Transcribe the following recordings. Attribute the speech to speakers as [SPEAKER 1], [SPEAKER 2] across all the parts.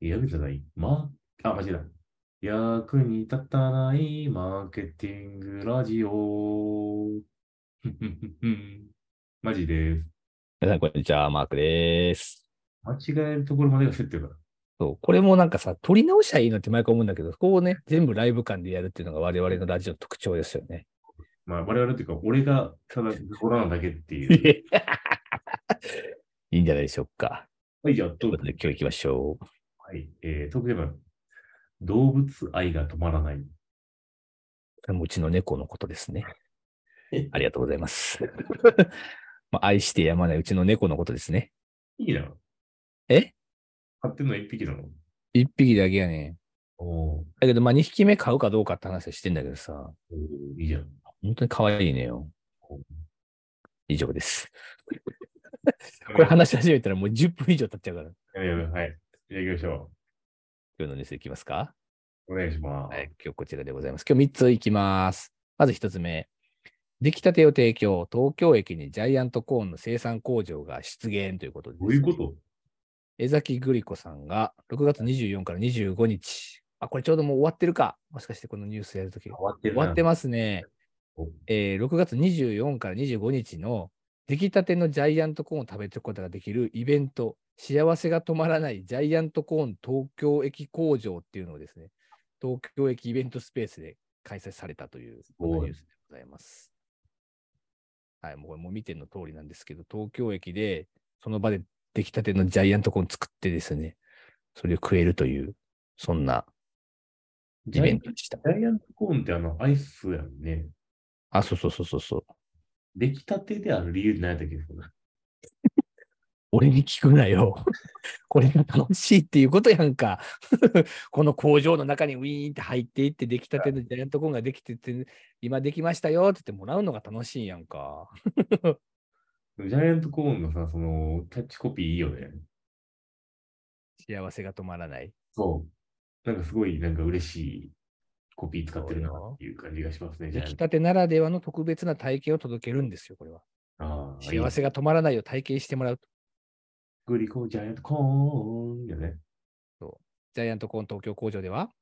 [SPEAKER 1] 役じゃない。ま、あ、間違えた。役に立たないマーケティングラジオ。ふんふんふんふんマジです。
[SPEAKER 2] 皆さん、こんにちは。マークです。
[SPEAKER 1] 間違えるところまでが設定だ。
[SPEAKER 2] そう、これもなんかさ、撮り直しゃいいのって毎回思うんだけど、そこをね、全部ライブ感でやるっていうのが我々のラジオの特徴ですよ ね。
[SPEAKER 1] まあ、我々というか、俺がただごらんだけって いう。
[SPEAKER 2] いいんじゃないでしょうか。
[SPEAKER 1] はい、じゃあ、ど
[SPEAKER 2] といううことで、今日行きましょう。
[SPEAKER 1] はい、えー、特別番。動物愛が止まらない。
[SPEAKER 2] これもうちの猫のことですね
[SPEAKER 1] え。
[SPEAKER 2] ありがとうござい ます。まあ、愛してやまないうちの猫のことですね。
[SPEAKER 1] いいな。
[SPEAKER 2] え
[SPEAKER 1] 買ってんの一匹なの
[SPEAKER 2] 一匹だけやね。
[SPEAKER 1] おー
[SPEAKER 2] だけど、まあ、二匹目買うかどうかって話はしてんだけどさ、
[SPEAKER 1] おーいいじゃん。
[SPEAKER 2] 本当に可愛いねよ
[SPEAKER 1] こ。
[SPEAKER 2] 以上です。
[SPEAKER 1] こ
[SPEAKER 2] これ話し始めたらもう10分以上経っちゃうから。
[SPEAKER 1] やべやべ、はい。じゃあ行きましょ
[SPEAKER 2] 今日のニュースいきますか
[SPEAKER 1] う。お願いします。
[SPEAKER 2] はい、今日こちらでございます。今日3ついきます。まず1つ目。出来たてを提供、東京駅にジャイアントコーンの生産工場が出現ということで
[SPEAKER 1] ど
[SPEAKER 2] す
[SPEAKER 1] ういうこと
[SPEAKER 2] 江崎グリコさんが6月24から25日。あ、これちょうどもう終わってるか。もしかしてこのニュースやるとき。終
[SPEAKER 1] わって
[SPEAKER 2] わって
[SPEAKER 1] ま
[SPEAKER 2] ますね
[SPEAKER 1] お。
[SPEAKER 2] えー6月24から25日の出来たてのジャイアントコーンを食べることができるイベント、幸せが止まらないジャイアントコーン東京駅工場っていうのをですね、東京駅イベントスペースで開催されたという
[SPEAKER 1] ごい
[SPEAKER 2] ニュースでございます。はい、もうこれもう見ての通りなんですけど、東京駅でその場で出来たてのジャイアントコーン作ってですね、それを食えるという、そんなイ
[SPEAKER 1] ジャ
[SPEAKER 2] ベ
[SPEAKER 1] イ
[SPEAKER 2] ントでした。
[SPEAKER 1] ジャイアントコーンってあのアイスやんね。
[SPEAKER 2] あ、そうそうそうそうそう。
[SPEAKER 1] 出来たてである理由って何やったっけそれ
[SPEAKER 2] 俺に聞くなよ。 これが楽しいっていうことやんか。 この工場の中にウィーンって入っていって、出来たてのジャイアントコーンができてて、今できましたよって言ってもらうのが楽しいやんか。
[SPEAKER 1] ジャイアントコーンのさ、そのキャッチコピーいいよね。
[SPEAKER 2] 幸せが止まらない。
[SPEAKER 1] そう。なんかすごい、なんか嬉しいコピー使ってるなっていう感じがしますね。ジャイ
[SPEAKER 2] 出
[SPEAKER 1] ア
[SPEAKER 2] 来
[SPEAKER 1] ント
[SPEAKER 2] たてならではの特別な体験を届けるんですよ、これは。
[SPEAKER 1] ああ、
[SPEAKER 2] 幸せが止まらないを体験してもらうと。
[SPEAKER 1] グリコジャイアントコーンよね。
[SPEAKER 2] ジャイアントコーン東京工場では、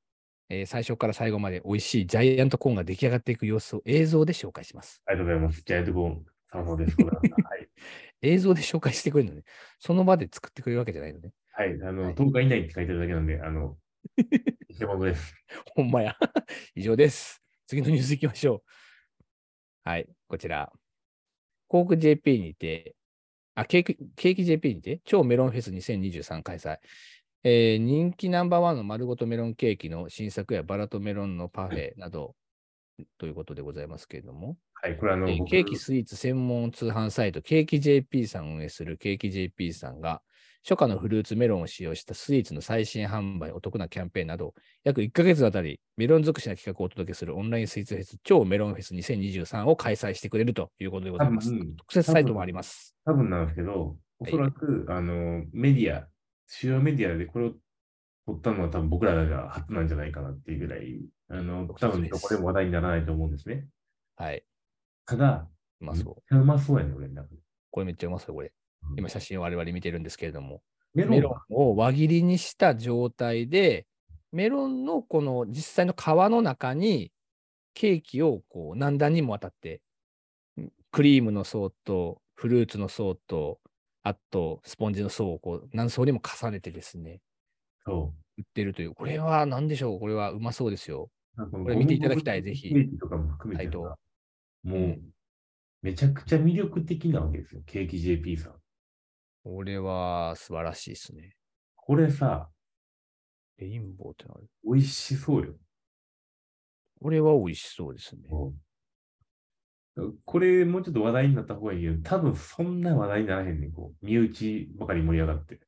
[SPEAKER 2] えー最初から最後まで美味しいジャイアントコーンが出来上がっていく様子を映像で紹介します。
[SPEAKER 1] ありがとうございます。ジャイアントコーン、さんです。ご 覧ください
[SPEAKER 2] 映像で紹介してくれるのね。その場で作ってくれるわけじゃないのね。
[SPEAKER 1] はい。あ
[SPEAKER 2] は
[SPEAKER 1] の、
[SPEAKER 2] い
[SPEAKER 1] 10日以内って書いてあるだけなんで、あの、偽物です。
[SPEAKER 2] ほんまや。以上です。次のニュースいきましょう。はい、こちら。コーク JP にて、あ、ケーキ、ケーキ JP にて、超メロンフェス2023開催。えー人気ナンバーワンの丸ごとメロンケーキの新作やバラとメロンのパフェなど、ということでございますけれども、
[SPEAKER 1] はい。これあの
[SPEAKER 2] えー、
[SPEAKER 1] 僕
[SPEAKER 2] ケーキスイーツ専門通販サイト、ケーキ JP さんを運営するケーキ JP さんが、初夏のフルーツメロンを使用したスイーツの最新販売、お得なキャンペーンなど、約1ヶ月あたり、メロン尽くしな企画をお届けするオンラインスイーツフェス、超メロンフェス2023を開催してくれるということでございます。
[SPEAKER 1] 多分
[SPEAKER 2] 特設サイトもあります。
[SPEAKER 1] 多分なんですけど、お
[SPEAKER 2] はい
[SPEAKER 1] そらく、あの、メディア、主要メディアでこれを取ったのは多分僕らが初なんじゃないかなっていうぐらい、あの、多分どこでも話題にならないと思うんですね。
[SPEAKER 2] はい。
[SPEAKER 1] ただ、
[SPEAKER 2] うまそう。
[SPEAKER 1] めっちゃうまそうやね、俺の中で。
[SPEAKER 2] これめっちゃうまそう、これ。今写真を我々見てるんですけれども、
[SPEAKER 1] メロン
[SPEAKER 2] メロンを輪切りにした状態で、メロンのこの実際の皮の中にケーキをこう何段にもわたって、んクリームの層とフルーツの層と、あとスポンジの層をこう何層にも重ねてですね、
[SPEAKER 1] そ
[SPEAKER 2] 売ってるという、これは何でしょう、これはうまそうですよ。
[SPEAKER 1] う。こ
[SPEAKER 2] これ見ていただきたいぜひ
[SPEAKER 1] ケーキとかも含めて
[SPEAKER 2] サ
[SPEAKER 1] さ、
[SPEAKER 2] イト
[SPEAKER 1] も
[SPEAKER 2] をう、
[SPEAKER 1] うんめちゃくちゃ魅力的なわけですよ、ケーキ JP さん。
[SPEAKER 2] これは素晴らしいですね。
[SPEAKER 1] これさ、
[SPEAKER 2] レインボーってのある。
[SPEAKER 1] 美味しそうよ。
[SPEAKER 2] これは美味しそうですね。
[SPEAKER 1] これ、もうちょっと話題になった方がいいけど、多分そんな話題にならへんねん、こう。身内ばかり盛り上がって。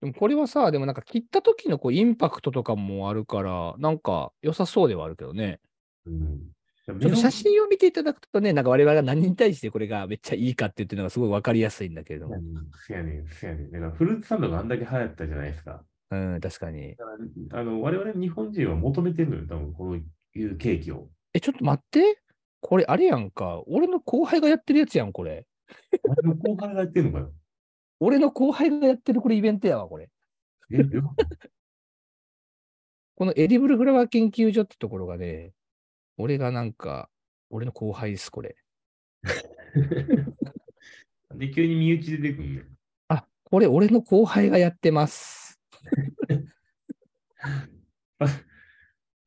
[SPEAKER 2] でもこれはさ、でもなんか切った時のこうインパクトとかもあるから、なんか良さそうではあるけどね。
[SPEAKER 1] うん。
[SPEAKER 2] ちょっと写真を見ていただくとね、なんか我々が何に対してこれがめっちゃいいかって言ってるのがすごい分かりやすいんだけれども。
[SPEAKER 1] せやねん、せやねん。だからフルーツサンドがあんだけ流行ったじゃないですか。
[SPEAKER 2] うん、確かに。
[SPEAKER 1] だからあの我々日本人は求めてるのよ、多分こういうケーキを。
[SPEAKER 2] え、ちょっと待って。これあれやんか。俺の後輩がやってるやつやん、これ。
[SPEAKER 1] あれの後輩がやってるのかよ。
[SPEAKER 2] 俺の後輩がやってるこれイベントやわ、これ。
[SPEAKER 1] え、どういうこと
[SPEAKER 2] このエディブルフラワー研究所ってところがね、俺がなんか、俺の後輩です、これ。
[SPEAKER 1] なんで急に身内出てくんねん。
[SPEAKER 2] あ、これ俺の後輩がやってます。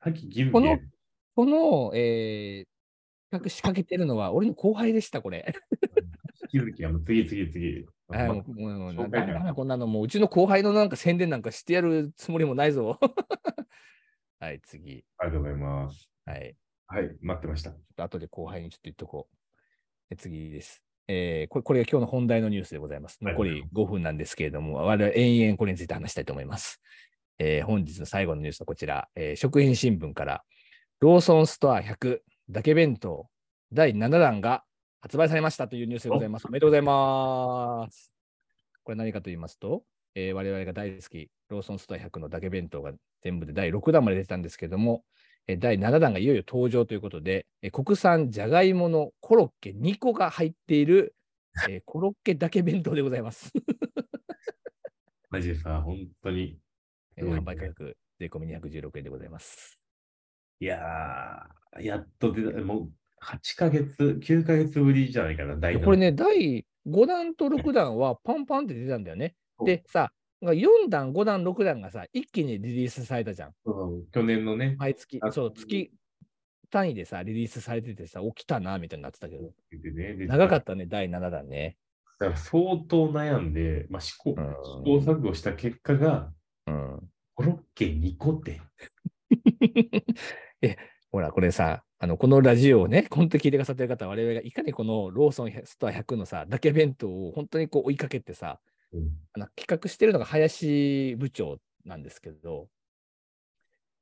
[SPEAKER 1] さっきギブ
[SPEAKER 2] こ
[SPEAKER 1] ゲ
[SPEAKER 2] の
[SPEAKER 1] ーム。
[SPEAKER 2] この、えー、企画仕掛けてるのは俺の後輩でした、これ。
[SPEAKER 1] ギブゲーム、次、次、次。
[SPEAKER 2] はい、
[SPEAKER 1] ま
[SPEAKER 2] もう、もうもう
[SPEAKER 1] 紹介
[SPEAKER 2] ダメ
[SPEAKER 1] 会
[SPEAKER 2] だな、こんなの、もううちの後輩のなんか宣伝なんかしてやるつもりもないぞ。 はい、次。
[SPEAKER 1] ありがとうございます。
[SPEAKER 2] はい。
[SPEAKER 1] はい、待ってました。
[SPEAKER 2] ちょっと後で後輩にちょっと言っとこう。で次です。えーこれ、これが今日の本題のニュースでございます。
[SPEAKER 1] はい
[SPEAKER 2] 残り5分なんですけれども、我々延々これについて話したいと思います。えー本日の最後のニュースはこちら、えー食品新聞から、ローソンストア100だけ弁当第7弾が発売されましたというニュースでございます。おめでとうございます。これ何かと言いますと、えー我々が大好き、ローソンストア100のだけ弁当が全部で第6弾まで出てたんですけれども、えー第7弾がいよいよ登場ということで、えー国産じゃがいものコロッケ2個が入っている、えーコロッケだけ弁当でございます。
[SPEAKER 1] マジでさ、本当に。
[SPEAKER 2] えー
[SPEAKER 1] すごいね
[SPEAKER 2] 販売価格税込み216円でございます。
[SPEAKER 1] いやー、やっと出た、もう8ヶ月、9ヶ月ぶりじゃないかな、大
[SPEAKER 2] これね、第5弾と6弾はパンパンって出たんだよね。
[SPEAKER 1] そう
[SPEAKER 2] でさ、4弾、5弾、6弾がさ、一気にリリースされたじゃん。
[SPEAKER 1] そう去年のね、
[SPEAKER 2] 毎月
[SPEAKER 1] あ、
[SPEAKER 2] そう、月単位でさ、リリースされててさ、起きたな、みたいになってたけど、
[SPEAKER 1] でねで
[SPEAKER 2] 長かったね、第7弾ね。
[SPEAKER 1] だから相当悩んで、まあ、試行
[SPEAKER 2] うん
[SPEAKER 1] 試行錯誤した結果が、
[SPEAKER 2] うん。
[SPEAKER 1] コロッケ2個って。
[SPEAKER 2] ほら、これさ、あの、このラジオをね、 この時聞いてくださってる方は、我々がいかにこのローソン100ストア100のさ、だけ弁当を本当にこう追いかけてさ、
[SPEAKER 1] うん
[SPEAKER 2] あの企画してるのが林部長なんですけど、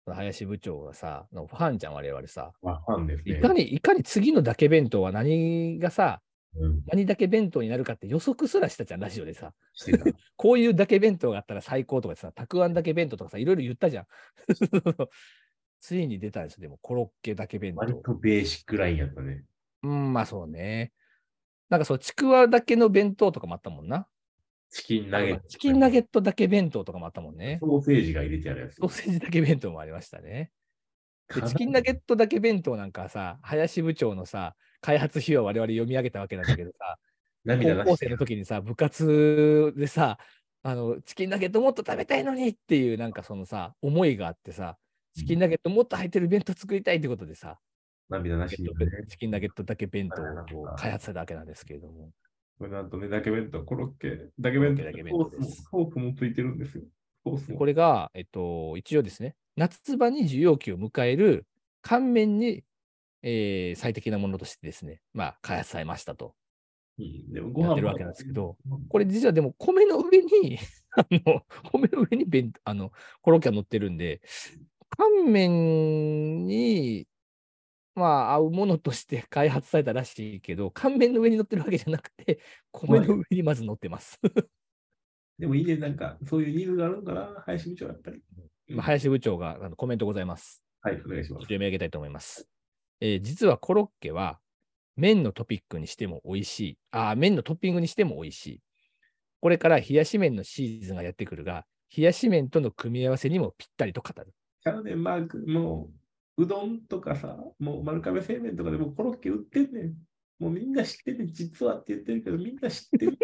[SPEAKER 2] その林部長がさ、あのファンじゃん、我々さ。
[SPEAKER 1] まあ、ファンですね。
[SPEAKER 2] いかに、いかに次のだけ弁当は何がさ、
[SPEAKER 1] うん、
[SPEAKER 2] 何だけ弁当になるかって予測すらしたじゃん、ラジオでさ。
[SPEAKER 1] して た。
[SPEAKER 2] こういうだけ弁当があったら最高とかさ、たくあんだけ弁当とかさ、いろいろ言ったじゃん。 ついに出たんですよ、でも、コロッケだけ弁
[SPEAKER 1] 割
[SPEAKER 2] 当。
[SPEAKER 1] とベーシックラインやったね。
[SPEAKER 2] うん、まあそうね。なんかそう、ちくわだけの弁当とかもあったもんな。
[SPEAKER 1] チキンナゲッ
[SPEAKER 2] あ
[SPEAKER 1] ト
[SPEAKER 2] の。チキンナゲットだけ弁当とかもあったもんね。
[SPEAKER 1] ソーセージが入れてあるやつ。
[SPEAKER 2] ソーセージだけ弁当もありましたね。で
[SPEAKER 1] かなり
[SPEAKER 2] チキンナゲットだけ弁当なんかさ、林部長のさ、開発費用は我々読み上げたわけなんだけどさ、
[SPEAKER 1] 涙
[SPEAKER 2] 高
[SPEAKER 1] が
[SPEAKER 2] 校生の時にさ、部活でさ、あの、チキンナゲットもっと食べたいのにっていう、なんかそのさ、思いがあってさ、チキンナゲットもっと入ってる弁当作りたいってことでさ、
[SPEAKER 1] 涙なしに、ね。
[SPEAKER 2] チキンナゲットだけ弁当をこう開発されたわけなんですけれども。
[SPEAKER 1] この後ね、だけ弁当、コロッケ、だけ弁当
[SPEAKER 2] コロッケだけ弁
[SPEAKER 1] ソ
[SPEAKER 2] 当
[SPEAKER 1] ース
[SPEAKER 2] で
[SPEAKER 1] も、
[SPEAKER 2] す
[SPEAKER 1] ソースもついてるんですよ。ソース
[SPEAKER 2] で
[SPEAKER 1] も。
[SPEAKER 2] これが、えっと、一応ですね、夏場に需要期を迎える乾麺に、えー最適なものとしてですね、まあ、開発されましたと。
[SPEAKER 1] うんでもご
[SPEAKER 2] やっ
[SPEAKER 1] 飯
[SPEAKER 2] てる
[SPEAKER 1] も
[SPEAKER 2] わけなんですけど、これ実はでも米の上に、 あの、米の上に弁あの、コロッケが乗ってるんで、乾麺に、まあ、合うものとして開発されたらしいけど、乾麺の上に乗ってるわけじゃなくて、米の上にまず乗ってます。
[SPEAKER 1] でもいいね、なんか、そういうニーズがあるのかな、林部長やっぱり。
[SPEAKER 2] まあ林部長があのコメントございます。
[SPEAKER 1] はい、お願いしま
[SPEAKER 2] ちょっと
[SPEAKER 1] す。
[SPEAKER 2] 読み上げたいと思います。えー実はコロッケは、麺のトピックにしても美味しい。あー、麺のトッピングにしても美味しい。これから冷やし麺のシーズンがやってくるが、冷やし麺との組み合わせにもぴったりと語る。
[SPEAKER 1] ちゃうねん、マーク、もう、うどんとかさ、もう丸亀製麺とかでもコロッケ売ってんねん。もうみんな知ってんねん、実はって言ってるけど、みんな知って る。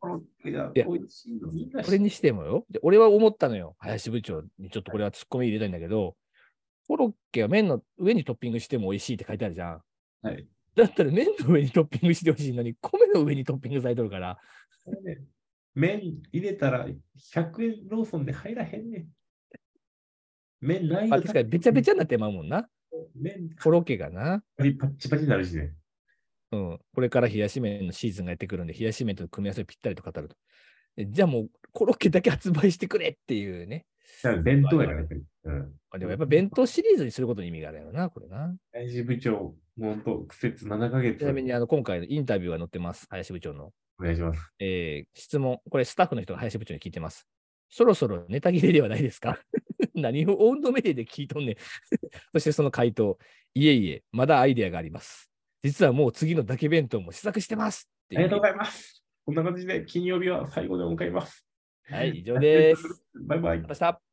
[SPEAKER 1] コロッケが美味しいの、みんな知
[SPEAKER 2] こ
[SPEAKER 1] って
[SPEAKER 2] れ
[SPEAKER 1] る。
[SPEAKER 2] にしてもよ。で俺は思ったのよ。林部長にちょっとこれはツッコミ入れたいんだけど、コロッケは麺の上にトッピングしても美味しいって書いてあるじゃん。
[SPEAKER 1] はい。
[SPEAKER 2] だったら麺の上にトッピングしてほしいのに、米の上にトッピングされとるから、
[SPEAKER 1] これね、麺入れたら100円ローソンで入らへんねん。麺ない
[SPEAKER 2] まあ、確かにべちゃべちゃになってまうもんな。
[SPEAKER 1] 麺
[SPEAKER 2] コロッケがな。
[SPEAKER 1] パリパッチパチになるしね。
[SPEAKER 2] うん、これから冷やし麺のシーズンがやってくるんで、冷やし麺との組み合わせをぴったりと語ると。えじゃあもう、コロッケだけ発売してくれっていうね。
[SPEAKER 1] だから弁当やから、やっぱり。うん。
[SPEAKER 2] まあでもやっぱ弁当シリーズにすることに意味があるよな、これな。
[SPEAKER 1] 大事部長、もうほんと、苦節7ヶ月。
[SPEAKER 2] ちなみに、あの、今回のインタビューが載ってます、林部長の。
[SPEAKER 1] お願いします。
[SPEAKER 2] えー質問、これスタッフの人が林部長に聞いてます。そろそろネタ切れではないですか 何を温度メディアで聞いとん ねん。そしてその回答、いえいえ、まだアイデアがあります。実はもう次のだけ弁当も試作してますって
[SPEAKER 1] ありがとう
[SPEAKER 2] いう
[SPEAKER 1] ございます。こんな感じで金曜日は最後で迎えます。
[SPEAKER 2] はい、以上です。
[SPEAKER 1] バイバイ
[SPEAKER 2] ま。た明日